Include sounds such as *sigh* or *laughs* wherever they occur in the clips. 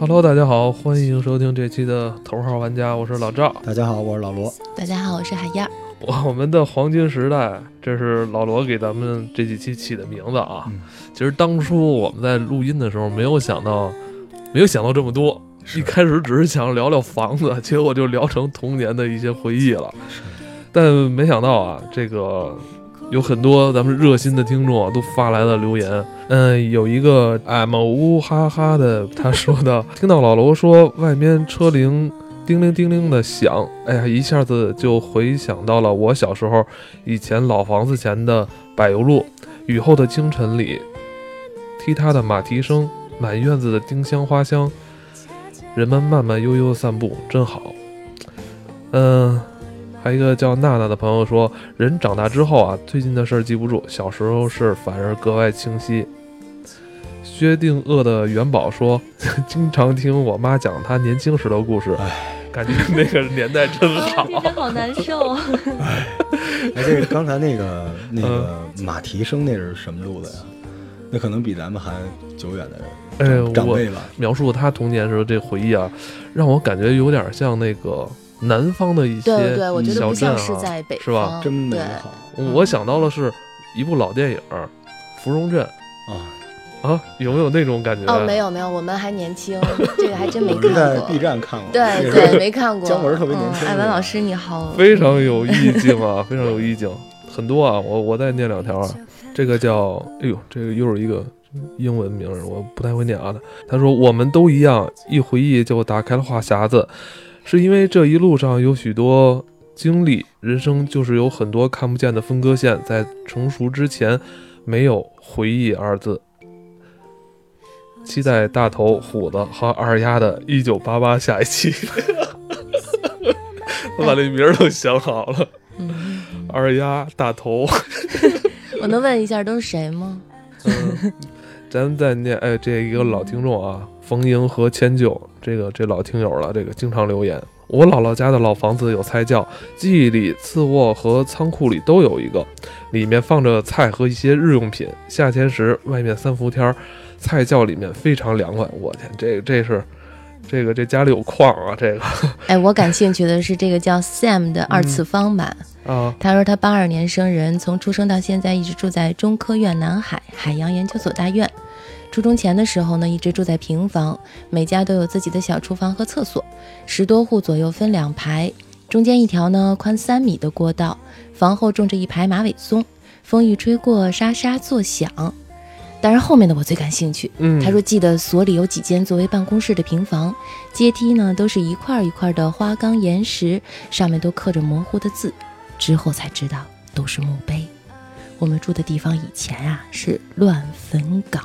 Hello，大家好，欢迎收听这期的头号玩家，我是老赵。大家好，我是 *laughs* 老罗。大家好，我是海燕儿。我们的黄金时代，这是老罗给咱们这几期起的名字啊。嗯其实当初我们在录音的时候，没有想到，没有想到这么多。一开始只是想聊聊房子，结果就聊成童年的一些回忆了。是但没想到啊，这个有很多咱们热心的听众啊，都发来了留言。嗯，有一个俺们呜哈哈的，他说的，听到老 *laughs* 罗说外面车铃叮铃叮铃的响，哎呀，一下子就回想到了我小时候以前老房子前的柏油路，雨后的清晨里，踢踏的马蹄声，满院子的丁香花香，人们慢慢悠悠散步，真好。嗯。还有一个叫娜娜的朋友说，人长大之后啊，最近的事儿记不住，小时候事儿反而格外清晰。薛定谔的元宝说， *laughs* 经常听我妈讲她年轻时的故事，感觉那个年代真 *laughs* 好。听着好难受啊！哎，这个刚才那个嗯那个马蹄声，那是什么路子呀？那可能比咱们还久远哎的呦，长长我辈吧。描述他童年时候这回忆啊，让我感觉有点像那个南方的一些对对对，嗯我觉得小不镇啊，像是在北方，是吧真美对，好我想到了是一部老电影儿《芙蓉镇啊！》啊，有没有那种感觉？哦，没有没有，我们还年轻， *laughs* 这个还真没我是看在过。 B 站看过，对也对，是没看过。姜文特别年轻嗯艾文老师你好，非常有意境啊，非常有意境，很多啊，我我再念两条啊，这个叫，哎呦，这个又是一个英文名儿，我不太会念啊的。他说我们都一样，一回忆就打开了话匣子，是因为这一路上有许多经历，人生就是有很多看不见的分割线，在成熟之前，没有回忆二字。期待大头、虎子和二丫的《一九八八》下一期。 *laughs* 我把这名儿都想好了，嗯，二丫、大头。我能问一下都是谁吗？嗯， *laughs* 咱们再念，哎，这一个老听众啊，冯莹和千旧，这个这老听友了，这个经常留言。我姥姥家的老房子有菜窖，记忆里次卧和仓库里都有一个，里面放着菜和一些日用品。夏天时外面三伏天儿，菜窖里面非常凉快。我天，这这是这个这家里有矿啊，这个哎，我感兴趣的是这个叫 Sam 的二次方版。啊，他说他八二年生人，从出生到现在一直住在中科院南海海洋研究所大院。初中前的时候呢，一直住在平房，每家都有自己的小厨房和厕所，十多户左右分两排，中间一条呢宽三米的过道，房后种着一排马尾松，风一吹过沙沙作响。但是后面的我最感兴趣，嗯，他说记得所里有几间作为办公室的平房，阶梯呢都是一块儿一块儿的花岗岩石，上面都刻着模糊的字。之后才知道都是墓碑。我们住的地方以前啊是乱坟岗，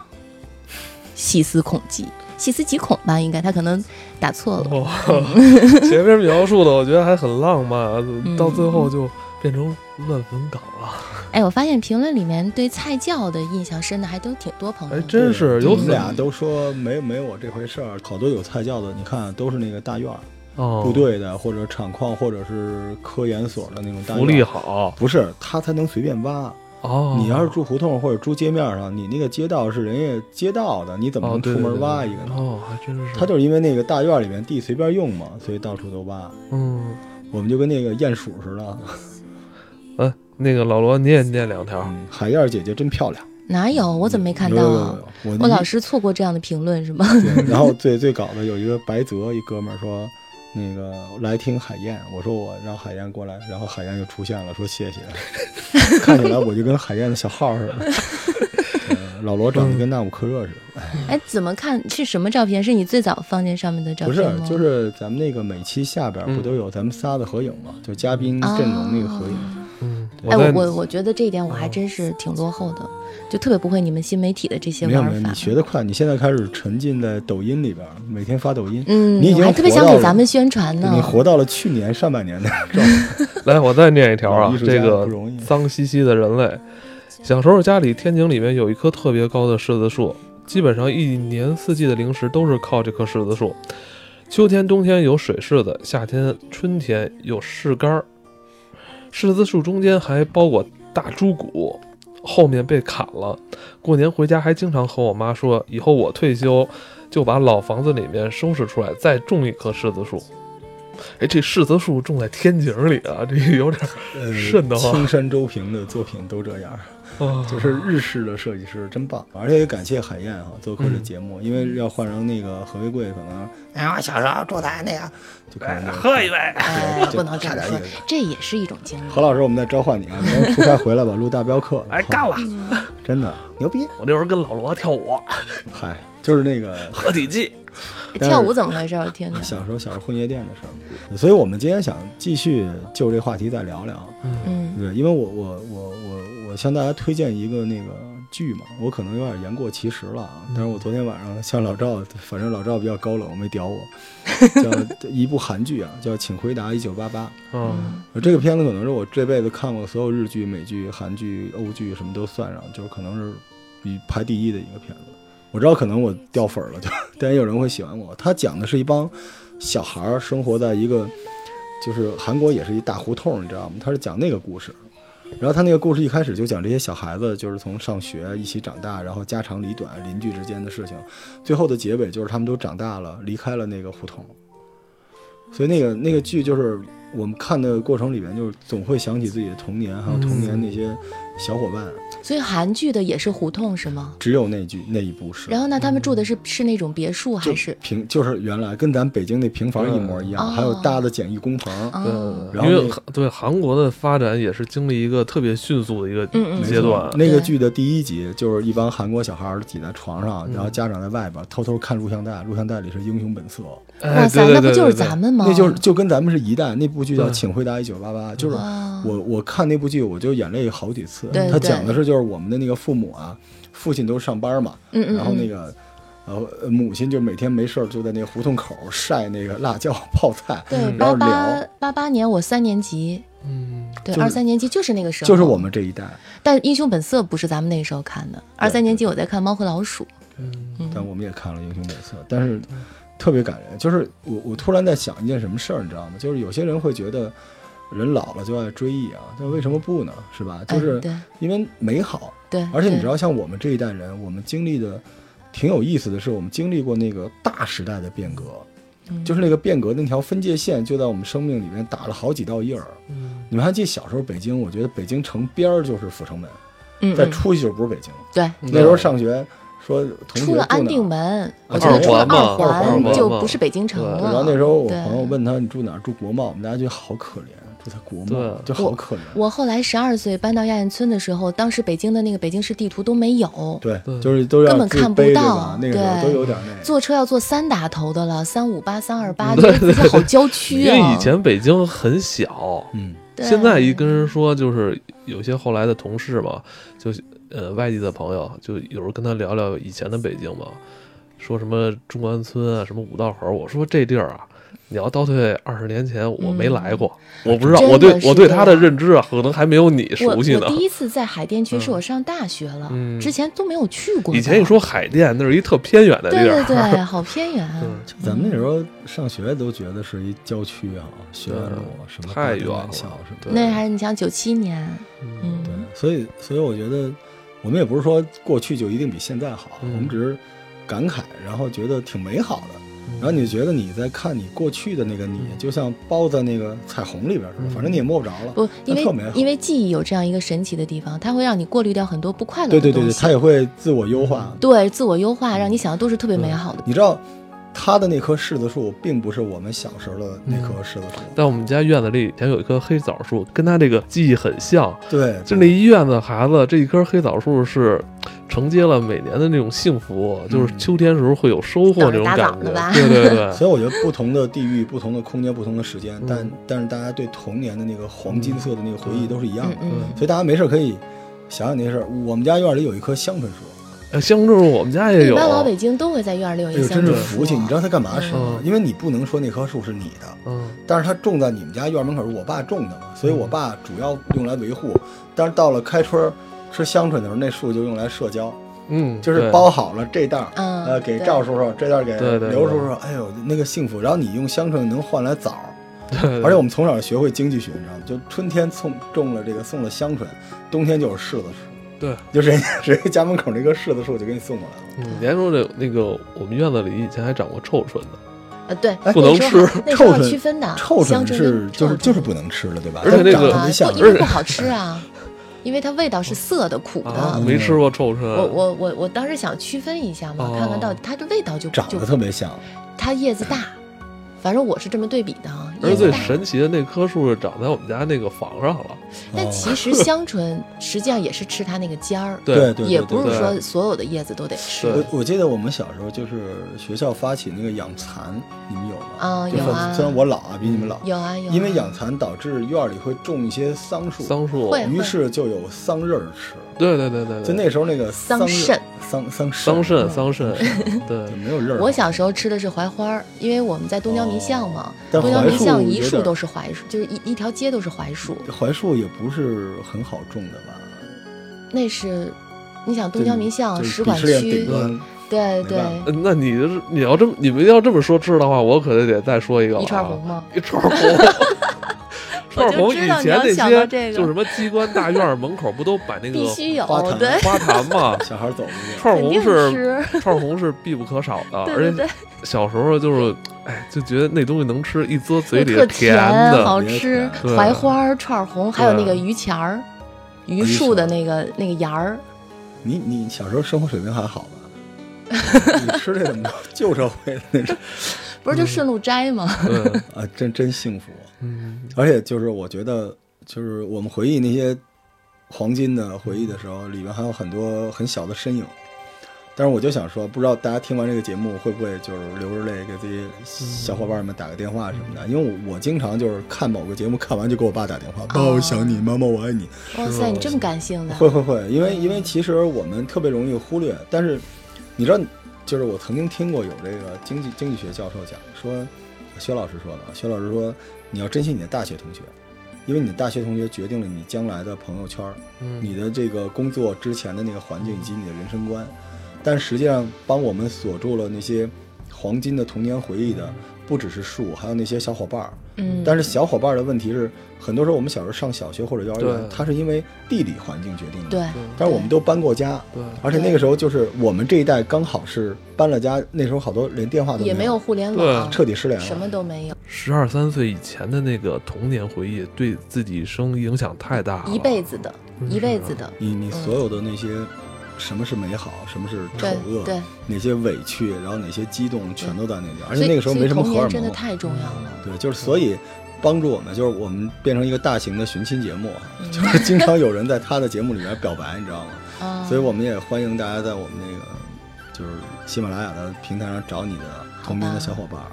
细思恐极，细思极恐吧？应该他可能打错了。哦， *laughs* 前面描述的我觉得还很浪漫啊，嗯到最后就变成乱坟岗了。哎，我发现评论里面对菜窖的印象深的还都挺多朋友哎的。，真是有我很嗯们俩都说没没我这回事儿，好多有菜窖的，你看都是那个大院儿、哦，部队的，或者厂矿，或者是科研所的那种大福利院儿。好不是他才能随便挖，哦。你要是住胡同或者住街面上，你那个街道是人家街道的，你怎么哦能，对出对门对挖一个呢？哦，还真是他就是因为那个大院里面地随便用嘛，所以到处都挖。嗯我们就跟那个鼹鼠似的。呃，那个老罗你也念两条，嗯，海燕姐姐真漂亮。嗯哪有？我怎么没看到有有啊？有有有我我老师。是错过这样的评论是吗？对 *laughs* 然后最最搞的有一个白泽一哥们儿说，那个来听海燕，我说我让海燕过来，然后海燕就出现了，说谢谢。 *laughs* 看起来我就跟海燕的小号似的。 *laughs* 呃老罗长得跟纳姆克热似的，哎，怎么看是什么照片？是你最早放在上面的照不片是吗？，就是咱们那个每期下边不都有咱们仨的合影吗？就嘉宾哦阵容那个合影。嗯，哎，在我我我觉得这一点我还真是挺落后的，就特别不会你们新媒体的这些没有没有，玩你法。学得快，你现在开始沉浸在抖音里边儿，每天发抖音，嗯，你已我经还特别活想到给了咱们宣传呢。你活到了去年上半 *laughs* 年的状态。来我再念一条啊 *laughs* 老艺，术家这个不容易脏兮兮的人类。小时候家里天井里面有一棵特别高的柿子树，基本上一年四季的零食都是靠这棵柿子树。秋天、冬天有水柿子，夏天、春天有柿干儿。柿子树中间还包裹大猪骨，后面被砍了。过年回家还经常和我妈说，以后我退休就把老房子里面收拾出来，再种一棵柿子树。哎，这柿子树种在天井里啊，这有点呃，瘆得慌青山周平的作品都这样，啊，就是日式的设计师真棒。而且也感谢海燕哈、做客这节嗯目，因为要换成那个何为贵，可能哎我小时候住在那个，就可能就喝一杯。哎，对不能这差样点说意思，这也是一种经历。何老师，我们再召唤你啊！你要出差回来吧，录大镖 *laughs* 客。哎，干了！真的牛逼！我那会儿跟老罗跳舞，嗨，就是那个 *laughs* 合体技。但是哎跳舞怎么回事？我听听。小时候小时候混夜店的事儿，所以我们今天想继续就这话题再聊聊。嗯对，因为我我我我我向大家推荐一个那个剧嘛，我可能有点言过其实了啊。但是我昨天晚上向老赵，反正老赵比较高冷，没 *laughs* 屌我。叫一部韩剧啊，叫《请回答一九八八》。嗯这个片子可能是我这辈子看过所有日剧、美剧、韩剧、欧剧什么都算上，就是可能是比排第一的一个片子。我知道可能我掉粉儿了，就是，但也有人会喜欢我。他讲的是一帮小孩儿生活在一个，就是韩国也是一大胡同，你知道吗？他是讲那个故事。然后他那个故事一开始就讲这些小孩子就是从上学一起长大，然后家长里短、邻居之间的事情，最后的结尾就是他们都长大了，离开了那个胡同。所以那个那个剧就是我们看的过程里面，就是总会想起自己的童年，还有童年那些小伙伴。所以韩剧的也是胡同是吗？只有那剧那一部是，然后呢，他们住的是是那种别墅就还是？平就是原来跟咱北京那平房一模一样，嗯还有搭的简易工棚。啊，嗯对，然后因为那韩对韩国的发展也是经历一个特别迅速的一个嗯嗯没错阶段，那个对剧的第一集就是一帮韩国小孩儿挤在床上，嗯然后家长在外边偷偷看录像带，录像带里是《英雄本色》，哎哇塞，对那对对不就是对对咱们吗？那就是就跟咱们是一代。那部剧叫《对请回答一九八八》，就是哇我我看那部剧我就眼泪好几次哦对。他对讲的是就是我们的那个父母啊，父亲都上班嘛，嗯嗯然后那嗯个，呃，母亲就每天没事儿就在那个胡同口儿晒那个辣椒 *laughs* 泡菜，对嗯然八后八聊，八八年我三年级，嗯，对就是二三年级就是那个时候，就是我。们这一代，但《英雄本色》不是咱们那时候看的，二三年级我在看《猫和老鼠》。嗯嗯嗯但我们也看了《英雄本色》，但是特别感人。就是我我突然在想一件什么事儿，你知道吗？就是有些人会觉得人老了就爱追忆啊，但为什么不呢？是吧？就嗯是对因为美好，对，而且你知对道，像我们这一代人，我们经历的挺有意思的是，我们经历过那个大时代的变革，嗯就是那个变革那条分界线就在我们生命里面打了好几道印儿。嗯你们还记得小时候北京？我觉得北京城边儿就是阜成门，嗯再嗯出去就不是北京。对嗯那时候上学说同学出了住安哪定儿门，我啊觉得对出了二环嘛二环环嘛就不是北京城对了。然后那时候我对朋友问他你住哪儿？住国贸，我们大家就好可怜，住在国贸对就好可怜。我后来十二岁搬到亚运村的时候，当时北京的那个北京市地图都没有，对对，就是都要根本自己看不背着到吧那个时候对都有点那个。坐车要坐三打头的了，三五八、三二嗯八，觉得自己好郊区因啊。为以前北京很小，嗯，对现在一跟人说，就是有些后来的同事嘛，就呃外地的朋友，就有时候跟他聊聊以前的北京嘛，说什么中关村啊，什么五道口，我说这地儿啊。你要倒退二十年前，我没来过，我不知道，嗯真的我对是我对这他的样认知啊，可能还没有你我熟悉呢我。第一次在海淀区嗯是我上大学了，嗯之前都没有去过的。以前一说海淀，那是一特偏远的地对对儿， *laughs* 对，好偏远。啊嗯咱们那时候上学都觉得是一郊区啊，学院路什么太远大了院校什么的。对那还是你想九七年，嗯，对，所以所以我觉得我们也不是说过去就一定比现在好，嗯我们只是感慨，然后觉得挺美好的。然后你就觉得你在看你过去的那个你，嗯就像包在那个彩虹里边似的，嗯反正你也摸不着了。不，因那特美为好因为记忆有这样一个神奇的地方，它会让你过滤掉很多不快乐对的对东西。对对，它也会自我优化。对自我优化，让你想的都是特别美好的。你知道，它的那棵柿子树并不是我们小时候的那棵柿子树，在我们家院子里以前有一棵黑枣树，跟他这个记忆很像。对，就那一院子孩子，这一棵黑枣树是承接了每年的那种幸福，就是秋天时候会有收获那种感嗯等着打枣呢吧觉。对对对， *laughs* 所以我觉得不同的地域、不同的空间、不同的时间，但但是大家对童年的那个黄金色的那个回忆都是一样嗯的。嗯，所以大家没事可以想想那事儿。我们家院里有一棵香椿树，呃香椿树我们家也一有。般老北京都会在院儿里有哎一呦，香真是椿福气！树你知道它干嘛使吗？嗯因为你不能说那棵树是你的，嗯，但是它种在你们家院门口，我爸种的嘛，所以我爸主要用来维护。但是到了开春儿吃香椿的时候，那树就用来社交，嗯， *laughs* 就是对包好了这袋儿，嗯呃，给对赵叔叔，这袋儿给对对对刘叔叔，哎呦，那个幸福。然后你用香椿能换来枣儿。 *laughs* 对而且我们从小学会经济学，你知道吗？就春天送种了这个送了香椿，冬天就是柿子树，对，就谁谁家 *laughs* 门口那棵柿子树，我就给你送过来了。你别嗯说这那个，我们院子里以前还长过臭椿呢，呃，对，哎不能那时候吃那时候臭要椿区分的，臭香椿椿是跟就是臭就是椿不能吃了，对吧？而且那它个长得啊不像不而因且为不好吃 *laughs* 啊，因为它味道是涩的、苦啊，的。没吃过臭椿。我我我我当时想区分一下嘛，哦看看到底它的味道就长就得特别像，它叶子大，反正我是这么对比的啊，而且叶子最大。神奇的那棵树是长在我们家那个房上了，但哦其实香椿实际上也是吃它那个尖儿， *laughs* 对对，也对不对是说所有的叶子都得吃对。我我记得我们小时候就是学校发起那个养蚕，你们有吗？啊就有是啊虽然我老啊，比你们老，有啊有啊，因为养蚕导致院儿里会种一些桑树，桑树，会于是就有桑葚儿吃。对对对对，就那时候那个桑葚葚，桑桑桑葚葚，嗯嗯桑葚， *laughs* 对就，没有刃儿。我小时候吃的是槐花儿，因为我们在东郊民巷嘛，哦但东郊槐民树巷有一点树儿都是槐树，就是一一条街都是槐树。槐树也不是很好种的吧？那是，你想就东郊民巷就使是馆鄙视链顶，区端嗯对没对，办呃那你就是你要这么你们要这么说吃的话，我可得再说一个了啊一串红吗？一串 *laughs* 红，串红以前我就知道你要想到那这些个就什么机关大院门口不都摆那个必须有花坛对，花坛 *laughs* 吗？ *laughs* 小孩走路串红肯定是 *laughs* 吃串红是必不可少的，对而对且对，小时候就是哎就觉得那东西能吃，一嘬嘴里特甜的，好别吃甜，对槐花儿串红，还有那个榆钱儿，榆树的榆钱儿那个那个芽儿，你你小时候生活水平还 *laughs* 好吧？你吃这种旧社会的那种嗯不是就顺路摘吗？ *laughs* 对，啊，真真幸福。啊嗯， *laughs* 而且就是我觉得，就是我们回忆那些黄金的回忆的时候，里面还有很多很小的身影。但是我就想说，不知道大家听完这个节目会不会就是流着泪给自己小伙伴们打个电话什么的？因为我我经常就是看某个节目，看完就给我爸打电话，爸我想你，妈妈我爱你。哇塞，你这么感性 *laughs* 的，会会会，因为因为其实我们特别容易忽略，但是你知道，就是我曾经听过有这个经济经济学教授讲说，呃薛老师说的，薛老师说你要珍惜你的大学同学，因为你的大学同学决定了你将来的朋友圈儿，嗯你的这个工作之前的那个环境以及你的人生观，但实际上帮我们锁住了那些黄金的童年回忆的，不只是树，还有那些小伙伴儿。嗯，但是小伙伴的问题是，很多时候我们小时候上小学或者幼儿园对，它是因为地理环境决定的。对，但是我们都搬过家，对而且那个时候就是我们这一代刚好是搬了家，那时候好多连电话都也没没有互联网，啊对彻底失联了。什么都没有，十二三岁以前的那个童年回忆对自己生影响太啊大了，一辈子的，嗯一辈子的，你你所有的那些，什么是美好，什么是丑对恶，对，哪些委屈，然后哪些激动，全都在那边。而所且以那个时候没什么所荷以童尔年真的蒙，太重要了，对，就是所以帮助我们，就是我们变成一个大型的寻亲节目，啊嗯就是经常有人在他的节目里面表白，你知道吗？啊，嗯所以我们也欢迎大家在我们那个就是喜马拉雅的平台上找你的同龄的小伙伴儿，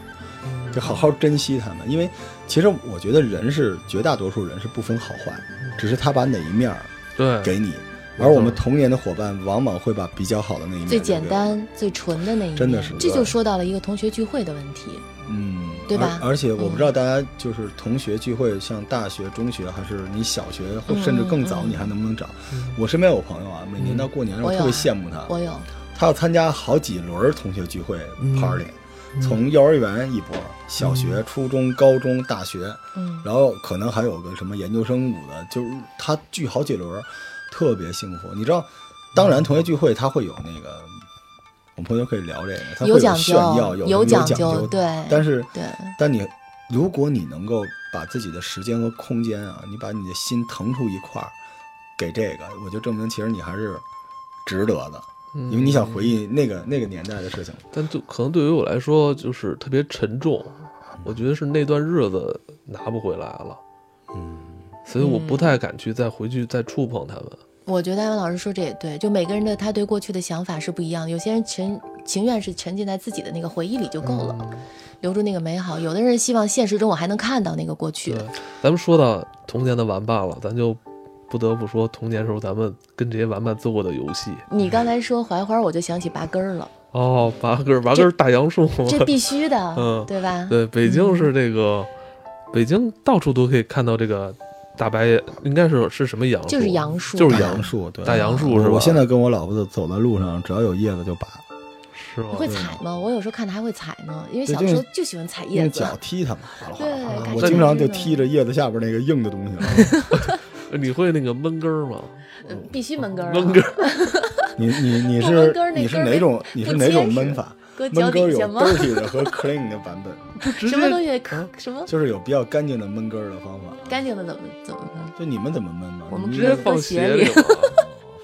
嗯就好好珍惜他们，因为其实我觉得人是绝大多数人是不分好坏，嗯只是他把哪一面儿对给你，没错而我们童年的伙伴往往会把比较好的那一面最留简给我，单、最纯的那一面，真的是这就说到了一个同学聚会的问题，嗯，对吧而而且我不知道大家就是同学聚会，像大学、中学，还是你小学，或嗯甚至更早，嗯你还能不能找嗯？我身边有朋友啊，每年到过年，嗯我我有特别啊羡慕他，我有，他要参加好几轮同学聚会嗯 party，、从幼儿园一波，小学、初中、高中、大学，嗯，然后可能还有个什么研究生组的，就是他聚好几轮，特别幸福。你知道，当然同学聚会他会有那个，我们回头可以聊这个，他会有讲炫耀，究，有有讲讲究，对，但是对，但你如果你能够把自己的时间和空间啊，你把你的心腾出一块儿给这个，我就证明其实你还是值得的。嗯因为你想回忆那个那个年代的事情，但对可能对于我来说就是特别沉重，我觉得是那段日子拿不回来了，嗯，所以我不太敢去再回去再触碰他们，我觉得艾文老师说这也对，就每个人的他对过去的想法是不一样的，有些人沉情愿是沉浸在自己的那个回忆里就够嗯了，留住那个美好；有的人希望现实中我还能看到那个过去对。咱们说到童年的玩伴了，咱就不得不说童年时候咱们跟这些玩伴做过的游戏你刚才说槐花，我就想起拔根儿 *laughs* 了，哦，拔根儿拔根儿大杨树，这必须的，嗯对吧？ *laughs* 对，北京是这个，北京到处都可以看到这个大白，应该是是什么杨树？啊就是杨树就是大杨杨，树，对，大杨树是吧？我现在跟我老婆走在路上，只要有叶子就拔，是吗你？会踩吗？我有时候看他还会踩呢，因嗯为对小就是时候就喜欢踩叶用子。脚踢它嘛，哗啦哗啦对哗啦感嗯我觉经常真就的踢着叶子下边那个硬的东西了，你会那个闷根儿吗？呃必嗯须闷根儿啊，闷根儿， *laughs* 你你你不闷是根儿那你是根儿哪没种你不是哪种结闷实法？搁脚闷根儿底有下吗？ dirty 的和 clean 的版本，就直接什么东嗯西可什么就是有比较干净的闷根儿的方法。啊干净的怎么怎么办？就你们怎么闷呢？我们你直们接哦放鞋里了。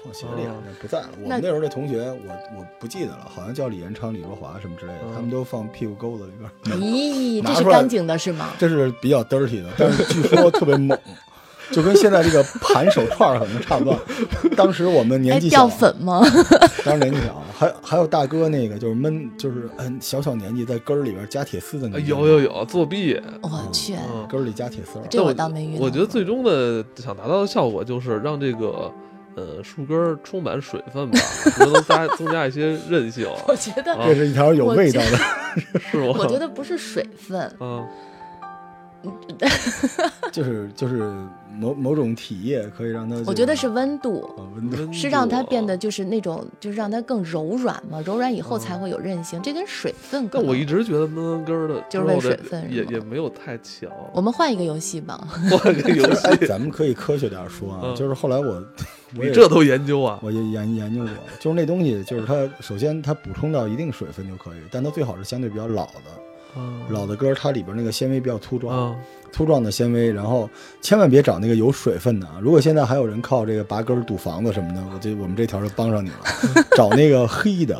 放鞋里了哦，那不在了。我那们那时候这同学，我我不记得了，好像叫李延昌、李若华什么之类的，嗯他们都放屁股沟子里边 *laughs* 儿。咦，嗯这拿是出来干净的是吗？这是比较 dirty 的，但是据说特别猛， *laughs* 就跟现在这个盘手串儿可能差不多。当时我们哎，年纪小，掉粉吗？ *laughs* 当时年纪小，还还有大哥那个就是闷，就是嗯小小年纪在根儿里边加铁丝的那哎种， *laughs* 有有有，作弊。我去，嗯，根儿里加铁丝儿。这但我倒没遇到过。我觉得最终的想达到的效果就是让这个呃树根儿充满水分吧， *laughs* 可能能加增加一些韧性，我觉得， *laughs* 啊这是一条有味道的，是吗？我觉得不是水分，啊， *laughs* 就是就是某某种体液可以让它，我觉得是温度，啊温度。是让它变得温度。就是那种，就是让它更柔软嘛，柔软以后才会有韧性。这跟水分可但嗯能。我一直觉得闷闷根儿的就是为之后的水分是也吗也没有太强。我们换一个游戏吧，换个游 *laughs* 哎，戏，咱们可以科学点儿说啊嗯，就是后来我 *laughs* 我你也这都研究啊？我也研研究过，就是那东西，就是它首先它补充到一定水分就可以，但它最好是相对比较老的，啊老的根儿它里边那个纤维比较粗壮，啊，粗壮的纤维，然后千万别找那个有水分的啊。如果现在还有人靠这个拔根儿堵房子什么的，我这我们这条就帮上 *laughs* 你了，找那个黑的，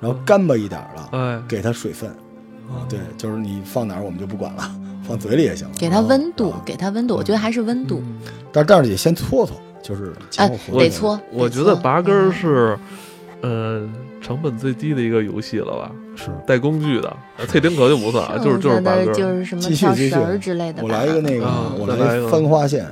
然后干巴一点儿的，哎，给它水分啊，对，就是你放哪儿我们就不管了，放嘴里也行，给它温度然后，给它温度，我觉得还是温度，嗯但但是也先搓搓，就是前哎后活动得搓。我得觉得搓拔根儿嗯是，呃，成本最低的一个游戏了吧？是。带工具的，呃退丁壳就不算啊，就是就是剩拔下根的儿，就是什么继续跳继续绳儿之类的吧。我来一个那个，啊我再来来一个翻花线，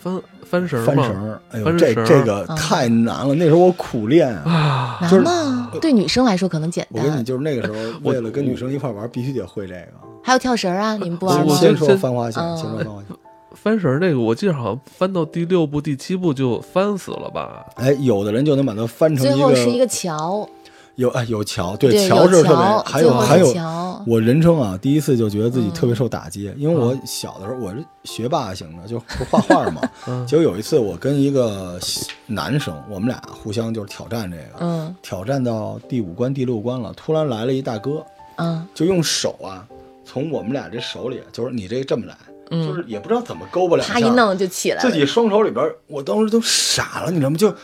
翻翻绳儿翻嘛，绳儿，哎呦，翻这绳儿这个啊太难了，那时候我苦练啊。啊，就难是吗？对女生来说可能简我跟你单，就是那个时候，我为了跟女生一块玩，必须得会这个。还有跳绳儿啊，你们不玩我吗？先就说真翻花线，嗯先说翻花线。翻绳儿那个，我记得好像翻到第六步、第七步就翻死了吧？哎，有的人就能把它翻成最后是一一个个桥，有哎有桥，对，桥有是特别桥，，还最有后还是有，桥，我人生啊第一次就觉得自己特别受打击，因为我嗯小的时候我是学霸型的，就不画画嘛。 *laughs* 嗯，结果有一次我跟一个男生，我们俩互相就是挑战这个，嗯挑战到第五关第六关了，突然来了一大哥，嗯就用手啊，从我们俩这手里，就是你这这么来，就嗯，是也不知道怎么勾吧两下，啪一弄就起来了，自己双手里边儿，我当时都傻了，你知道吗？就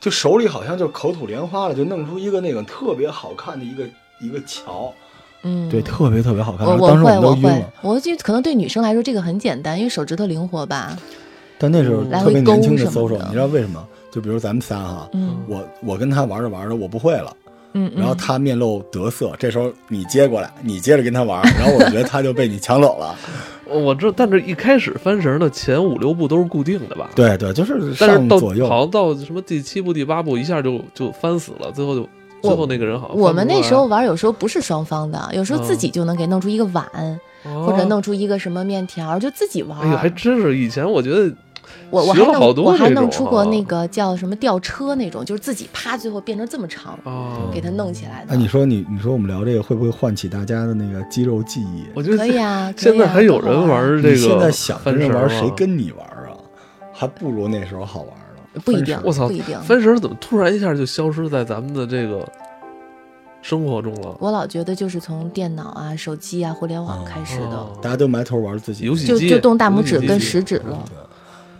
就手里好像就口吐莲花了，就弄出一个那种特别好看的一个一个桥，嗯，对，特别特别好看。我然后我当时会们我都晕会了，，我就可能对女生来说这个很简单，因为手指头灵活吧。但那时候来特别嗯回勾年轻的什么 social，的你知道为什么？就比如咱们仨哈，嗯我我跟他玩着玩着我不会了，嗯然后他面露得色，这时候你接过来，你接着跟他玩，然后我觉得他就被你抢走 *laughs* 了。我我这但是一开始翻绳儿的前五六步都是固定的吧？，对对，就是但上是到左右。好像到什么第七步、第八步，一下就就翻死了，最后就最后那个人好像我翻不出来们那嗯时候玩，有时候不是双方的，有时候自己就能给弄出一个碗，或者哦弄出啊一个什么面条，就自己玩。哎呦，还真是！以前我觉得我我还学了弄好多我还这弄种出过啊那个叫什么吊车那种，就是自己啪，最后变成这么长，啊给，它弄起来的。哎，你说你你说我们聊这个会不会唤起大家的那个肌肉记忆？我觉得可以啊，可 *laughs* 现以在啊还有多好人玩儿玩你这个现在想翻跟绳人儿玩，谁吗跟你玩啊？还不如那时候好玩呢。不一定，我操不一定。翻绳儿怎么突然一下就消失在咱们的这个生活中了？我老觉得就是从电脑啊、手机啊、互联网开始的，哦大家都埋头玩自己游戏就机就动大拇指游戏跟机食指了。啊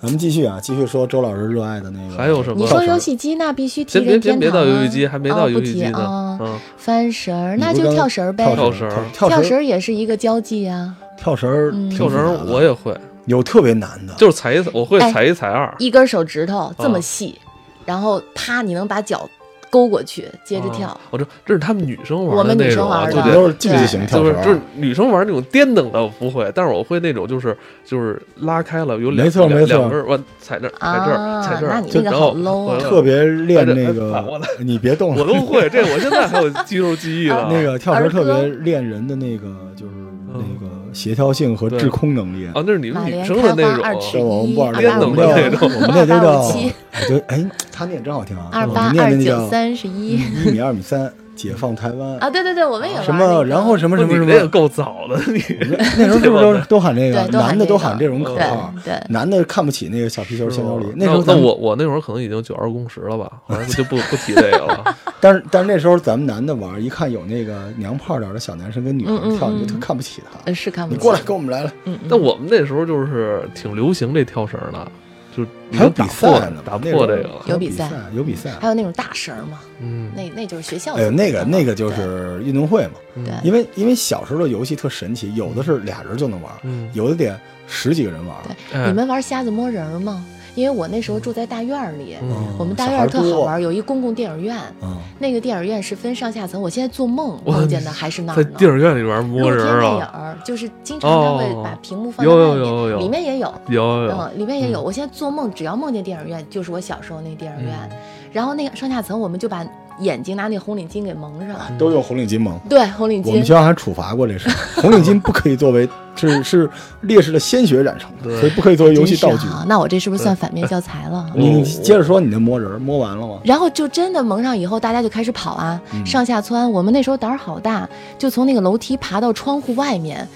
咱们继续啊，继续说周老师热爱的那个，还有什么你说游戏机那必须提先别任先天别堂到啊，游戏机，还没到哦游戏机呢。不提嗯， *laughs* 啊翻绳儿，你那不就刚跳绳儿呗。跳绳儿跳跳跳绳儿也是一个交际啊，跳绳儿嗯挺跳绳复儿杂的我也会，有特别难的，就是踩一踩，我会哎踩一踩二。一根手指头这啊么细，然后啪，你能把脚勾过去，接着跳啊。我这这是他们女生我玩的们那女种生啊，玩就的我得们都是竞技型跳就是绳儿，就是女生玩那种颠等的我不会，但是我会那种就是就是拉开了有两没错两没错两根儿，我踩这儿踩这儿啊踩这儿，那你就那个然后好 low 啊我特别练那哎这哎个我，你别动我了，都会，这我现在还有肌肉记 *laughs* 忆呢。啊那个跳绳儿儿歌特别练人的那个就是那个协调性和对制空能力。啊，那是你们马女莲生开的那花二种啊尺这我们一，不二玩这八个我那这们叫五六种，我们那二就八叫五七，哎对，哎，他念真好听啊，二我八们念二的那九叫三十一，一米二米三，解放台湾啊，对对对，我们也玩什那么，个然后什么什么哦什你么这，个够早 *laughs* 的，你那时候是不是都都喊这个对，都喊男的这都个喊这种口号，啊对对。男的看不起那个小皮球香蕉梨。时候哦那咱们我我那会儿可能已经九二共识了吧，好像就不不提这个了。 *laughs* 但是但是那时候咱们男的玩儿，一看有那个娘炮点儿的小男生跟女孩儿跳，嗯嗯嗯你就特看不起他。呃，是看不你起过来，跟我们来了，嗯，嗯但我们那时候就是挺流行这跳绳的，就已还有经打比赛破呢，打那时候破这个了。还有有比赛赛，有比赛。还有那种大绳儿嘛，嗯，那那就是学校哎组呦，织的嘛。那个那个就对是运动会嘛，对因为因为小时候的游戏特神奇，有的是俩人就能玩儿，嗯，有的得十几个人玩儿。对哎你们玩瞎子摸人儿吗？因为我那时候住在大院儿里，嗯我们大小院孩儿特好多玩儿，有一公共电影院，嗯，那个电影院是分上下层。我现在做梦哇梦见的还是那儿在呢。电影院里边露摸天人电影啊，儿就是经常他会哦把屏幕放在有外有面，有有有里面也有，有有有，嗯，里面也有。嗯我现在做梦，只要梦见电影院，就是我小时候那电影院。嗯然后那个上下层，我们就把眼睛拿那红领巾给蒙上，都有红领巾吗？对，红领嗯我们学巾。校还处罚过这事儿， *laughs* 红领巾不可以作为是是烈士的鲜血染成的，对所以不可以作为游戏道真具是。啊，那我这是不是算反面教材了？哦你接着说你那摸人儿摸完了吗？然后就真的蒙上以后，大家就开始跑啊，嗯上下窜。我们那时候胆儿好大，就从那个楼梯爬到窗户外面，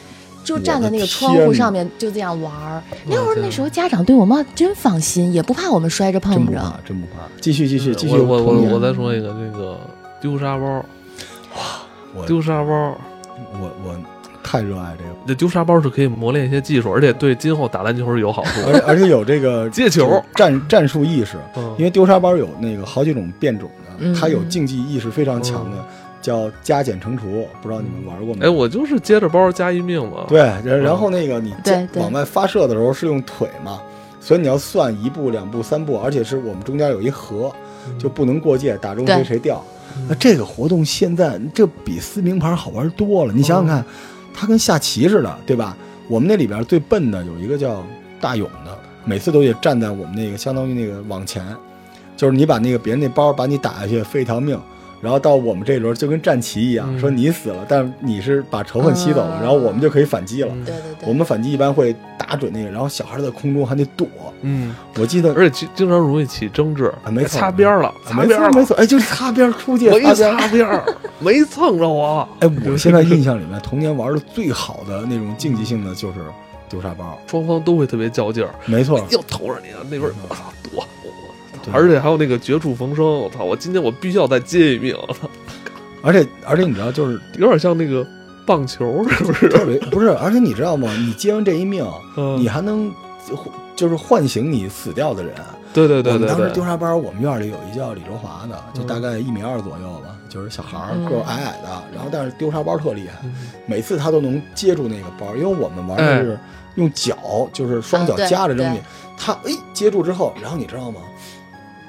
就站在那个窗户上面，就这样玩儿。我的天那会儿那时候家长对我们真放心，也不怕我们摔着真碰不着怕，。真不怕。继续继续继续，我我我童年我再说一个，这个丢沙包，我丢沙包，我我太热爱这个，这丢沙包是可以磨练一些技术，而且对今后打篮球是有好处的。而且而且有这个 *laughs* 接球就是战战术意识，嗯 *laughs* 因为丢沙包有那个好几种变种嗯哦的，它有竞技意识非常强的，叫加减乘除，不知道你们玩过没？哎，我嗯就是接着包加一命嘛。对，然然后那个你对接对往外发射的时候是用腿嘛，所以你要算一步、两步、三步，而且是我们中间有一河，嗯，就不能过界，打中谁对谁掉嗯。那这个活动现在这比撕名牌好玩多了，你想想看，它跟下棋似的，对吧？我们那里边最笨的有一个叫大勇的，每次都得站在我们那个相当于那个网前，就是你把那个别人那包把你打下去，废一条命。然后到我们这轮就跟战棋一样，嗯说你死了，但是你是把仇恨吸走了，啊然后我们就可以反击了。嗯对对对，我们反击一般会打准那个，然后小孩在空中还得躲。嗯，我记得而且经经常容易起争执啊，没错擦边儿了，擦没边错儿没了，错，哎，就是擦边儿出界，我一擦边儿擦边儿没蹭着我。哎，我现在印象里面，童年玩的最好的那种竞技性的就是丢沙包，哎双方都会特别较劲儿，没错，又投上你了，那边嗯儿我操躲，对而且还有那个绝处逢生，我操，我今天我必须要再接一命，我操，而且而且你知道， *laughs* 就是有点像那个棒球， *laughs* 是不是？特别不是，而且你知道吗？你接完这一命，嗯你还能就是唤醒你死掉的人。对对对我们对当时丢对，沙包，我们院里有一叫李卓华的，就大概一米二左右吧，就是小孩儿，嗯个儿矮矮的，然后但是丢沙包特厉害，嗯每次他都能接住那个包，因为我们玩的是用脚，就是双脚啊对夹着扔你对，他哎接住之后，然后你知道吗？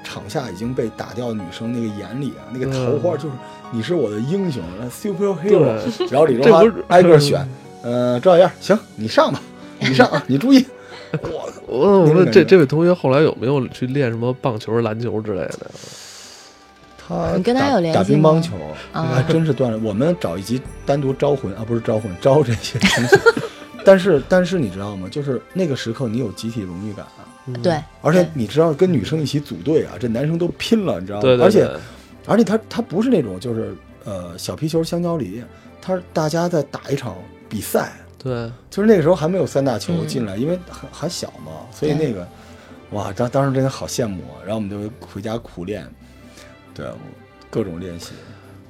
场下已经被打掉的女生那个眼里啊，那个桃嗯花就是你是我的英雄然后，super hero，对然后李这不荣华是嗯挨个选，呃，赵小燕，行，你上吧，你上啊，你注 *laughs* 意，我我我那种问感这觉这位同学后来有没有去练什么棒球、篮球之类的？他你跟他打有联系打乒吗乓球，啊还真是锻炼。我们找一集单独招魂啊，不是招魂，招这些东西。但是但是你知道吗？就是那个时刻，你有集体荣誉感啊。嗯对，而且对你知道，跟女生一起组队啊，这男生都拼了，你知道吗？对对，啊而且对而且他他不是那种就是呃小皮球、香蕉梨，他是大家在打一场比赛，对，就是那个时候还没有三大球嗯进来，因为还还小嘛，所以对那个哇，当当时真的好羡慕啊。然后我们就回家苦练，对，各种练习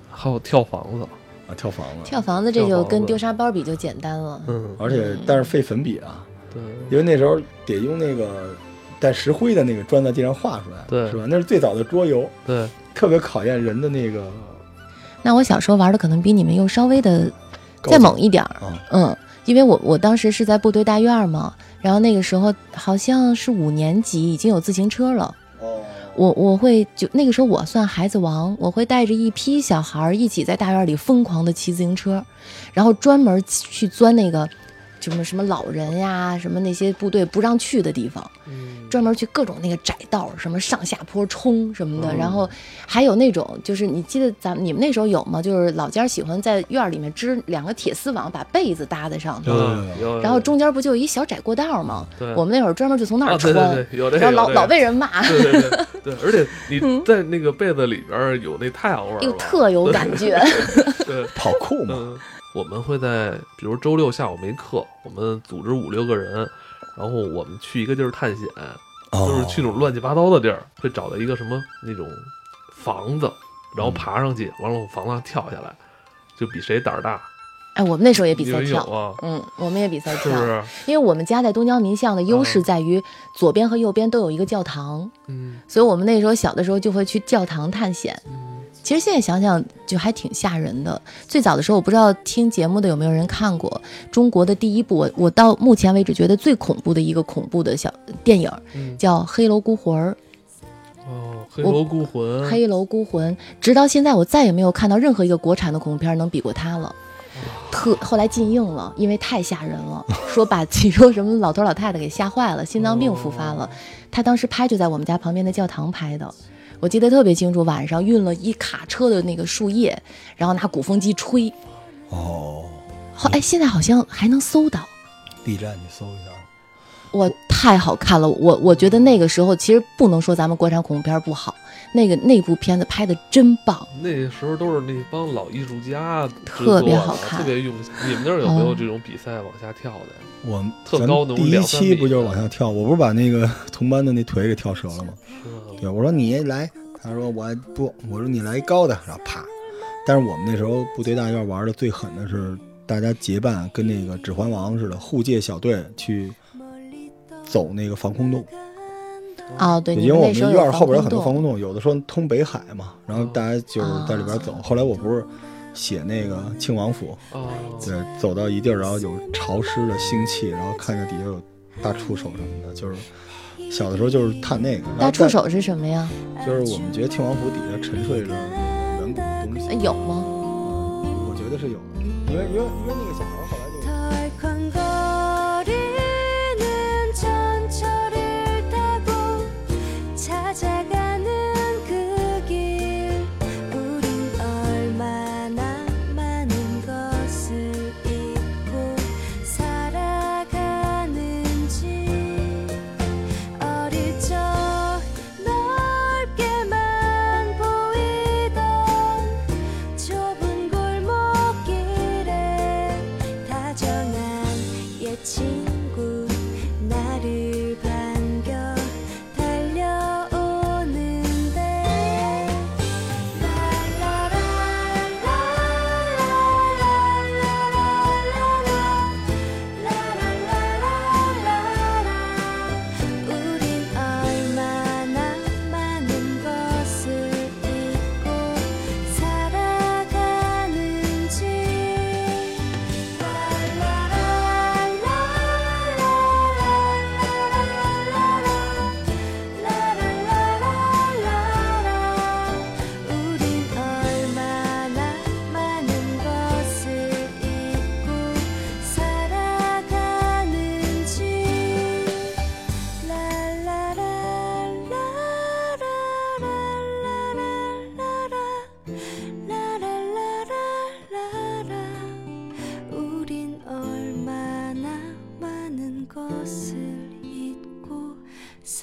还有跳房子，啊，跳房子，跳房子这跳就房跟子丢沙包比就简单了。嗯，而且但是费粉笔啊，对，因为那时候得用那个带石灰的那个砖在地上画出来，对是吧？那是最早的桌游，对，特别考验人的那个那我小时候玩的可能比你们又稍微的高再级猛一点儿，啊，嗯，因为我我当时是在部队大院儿嘛，然后那个时候好像是五年级已经有自行车了，哦，我我会就那个时候我算孩子王，我会带着一批小孩儿一起在大院里疯狂的骑自行车，然后专门去钻那个什么什么老人呀，什么那些部队不让去的地方，专门去各种那个窄道，什么上下坡冲什么的。嗯然后还有那种，就是你记得咱们你们那时候有吗？就是老家喜欢在院儿里面织两个铁丝网，把被子搭在上头，有嗯有然后中间不就有一小窄过道吗？对我们那会儿专门就从那啊儿对穿，对对，有这个然后老有这个老被人骂，对对对 *laughs* 对，而且你在那个被子里边儿有那太阳味儿吧，又特有感觉。 *laughs* 对，跑酷嘛，嗯，我们会在比如周六下午没课，我们组织五六个人，然后我们去一个地儿探险，嗯哦就是去那种乱七八糟的地儿，会找到一个什么那种房子，然后爬上去，完了我房子上跳下来，就比谁胆儿大，哎，我们那时候也比你赛们有跳，啊？嗯，我们也比赛是跳，不是？因为我们家在东江民巷的优势嗯在于左边和右边都有一个教堂，嗯，所以我们那时候小的时候就会去教堂探险。嗯其实现在想想就还挺吓人的。最早的时候，我不知道听节目的有没有人看过中国的第一部，我我到目前为止觉得最恐怖的一个恐怖的小电影，嗯，叫《黑楼孤魂儿》。哦，黑楼孤魂，黑楼孤魂，直到现在我再也没有看到任何一个国产的恐怖片能比过它了。特后来禁映了，因为太吓人了，说把自己说什么老头老太太给吓坏了，心脏哦病复发了。他当时拍就在我们家旁边的教堂拍的，我记得特别清楚，晚上运了一卡车的那个树叶，然后拿鼓风机吹。哦后哎，现在好像还能搜到。 ，B 站你搜一下，哇，太好看了！我我觉得那个时候其实不能说咱们国产恐怖片不好，那个那部片子拍的真棒。那时候都是那帮老艺术家制特作别的好看特别用心。你们那儿有没有嗯这种比赛往下跳的？我们特咱高能第一两三米期不就是往下跳？我不是把那个同班的那腿给跳折了吗？是吗对，我说你来，他说我不，我说你来一高的，然后啪。但是我们那时候部队大院玩的最狠的是，大家结伴跟那个《指环王》似的，护戒小队去走那个防空洞，哦，对，你因为我那们时候院有儿后边有防很多空防空洞哦洞，有的时候通北海嘛，然后大家就是在里边走。后来我不是写那个庆王府，哦，对，走到一地儿，然后有潮湿的腥气，然后看见底下有大触手什么的，就是小的时候就是探那个。然后大触再手是什么呀？就是我们觉得庆王府底下沉睡着那种远古的东呃西，有吗？我觉得是有的，因为因为因为那个小孩儿后来就。 덜컹거리는 전철을 타고 찾아가는 그 길 우린 얼마나 많은 것을 잊고 살아가는지 어릴 적 넓게만 보이던 좁은 골목길에 다정한 옛 친구 나를 반겨 달려오는데 라라라라라라라라라라라 우린 얼마나 많은 것을 잊고 살아가는지 라라라라라라라라라라라라라라 우린 얼마나 많은 것을 잊고 살아가는지 라라라라라라라라 라라라라라라 우린 얼마나 많은 것을 잊고 살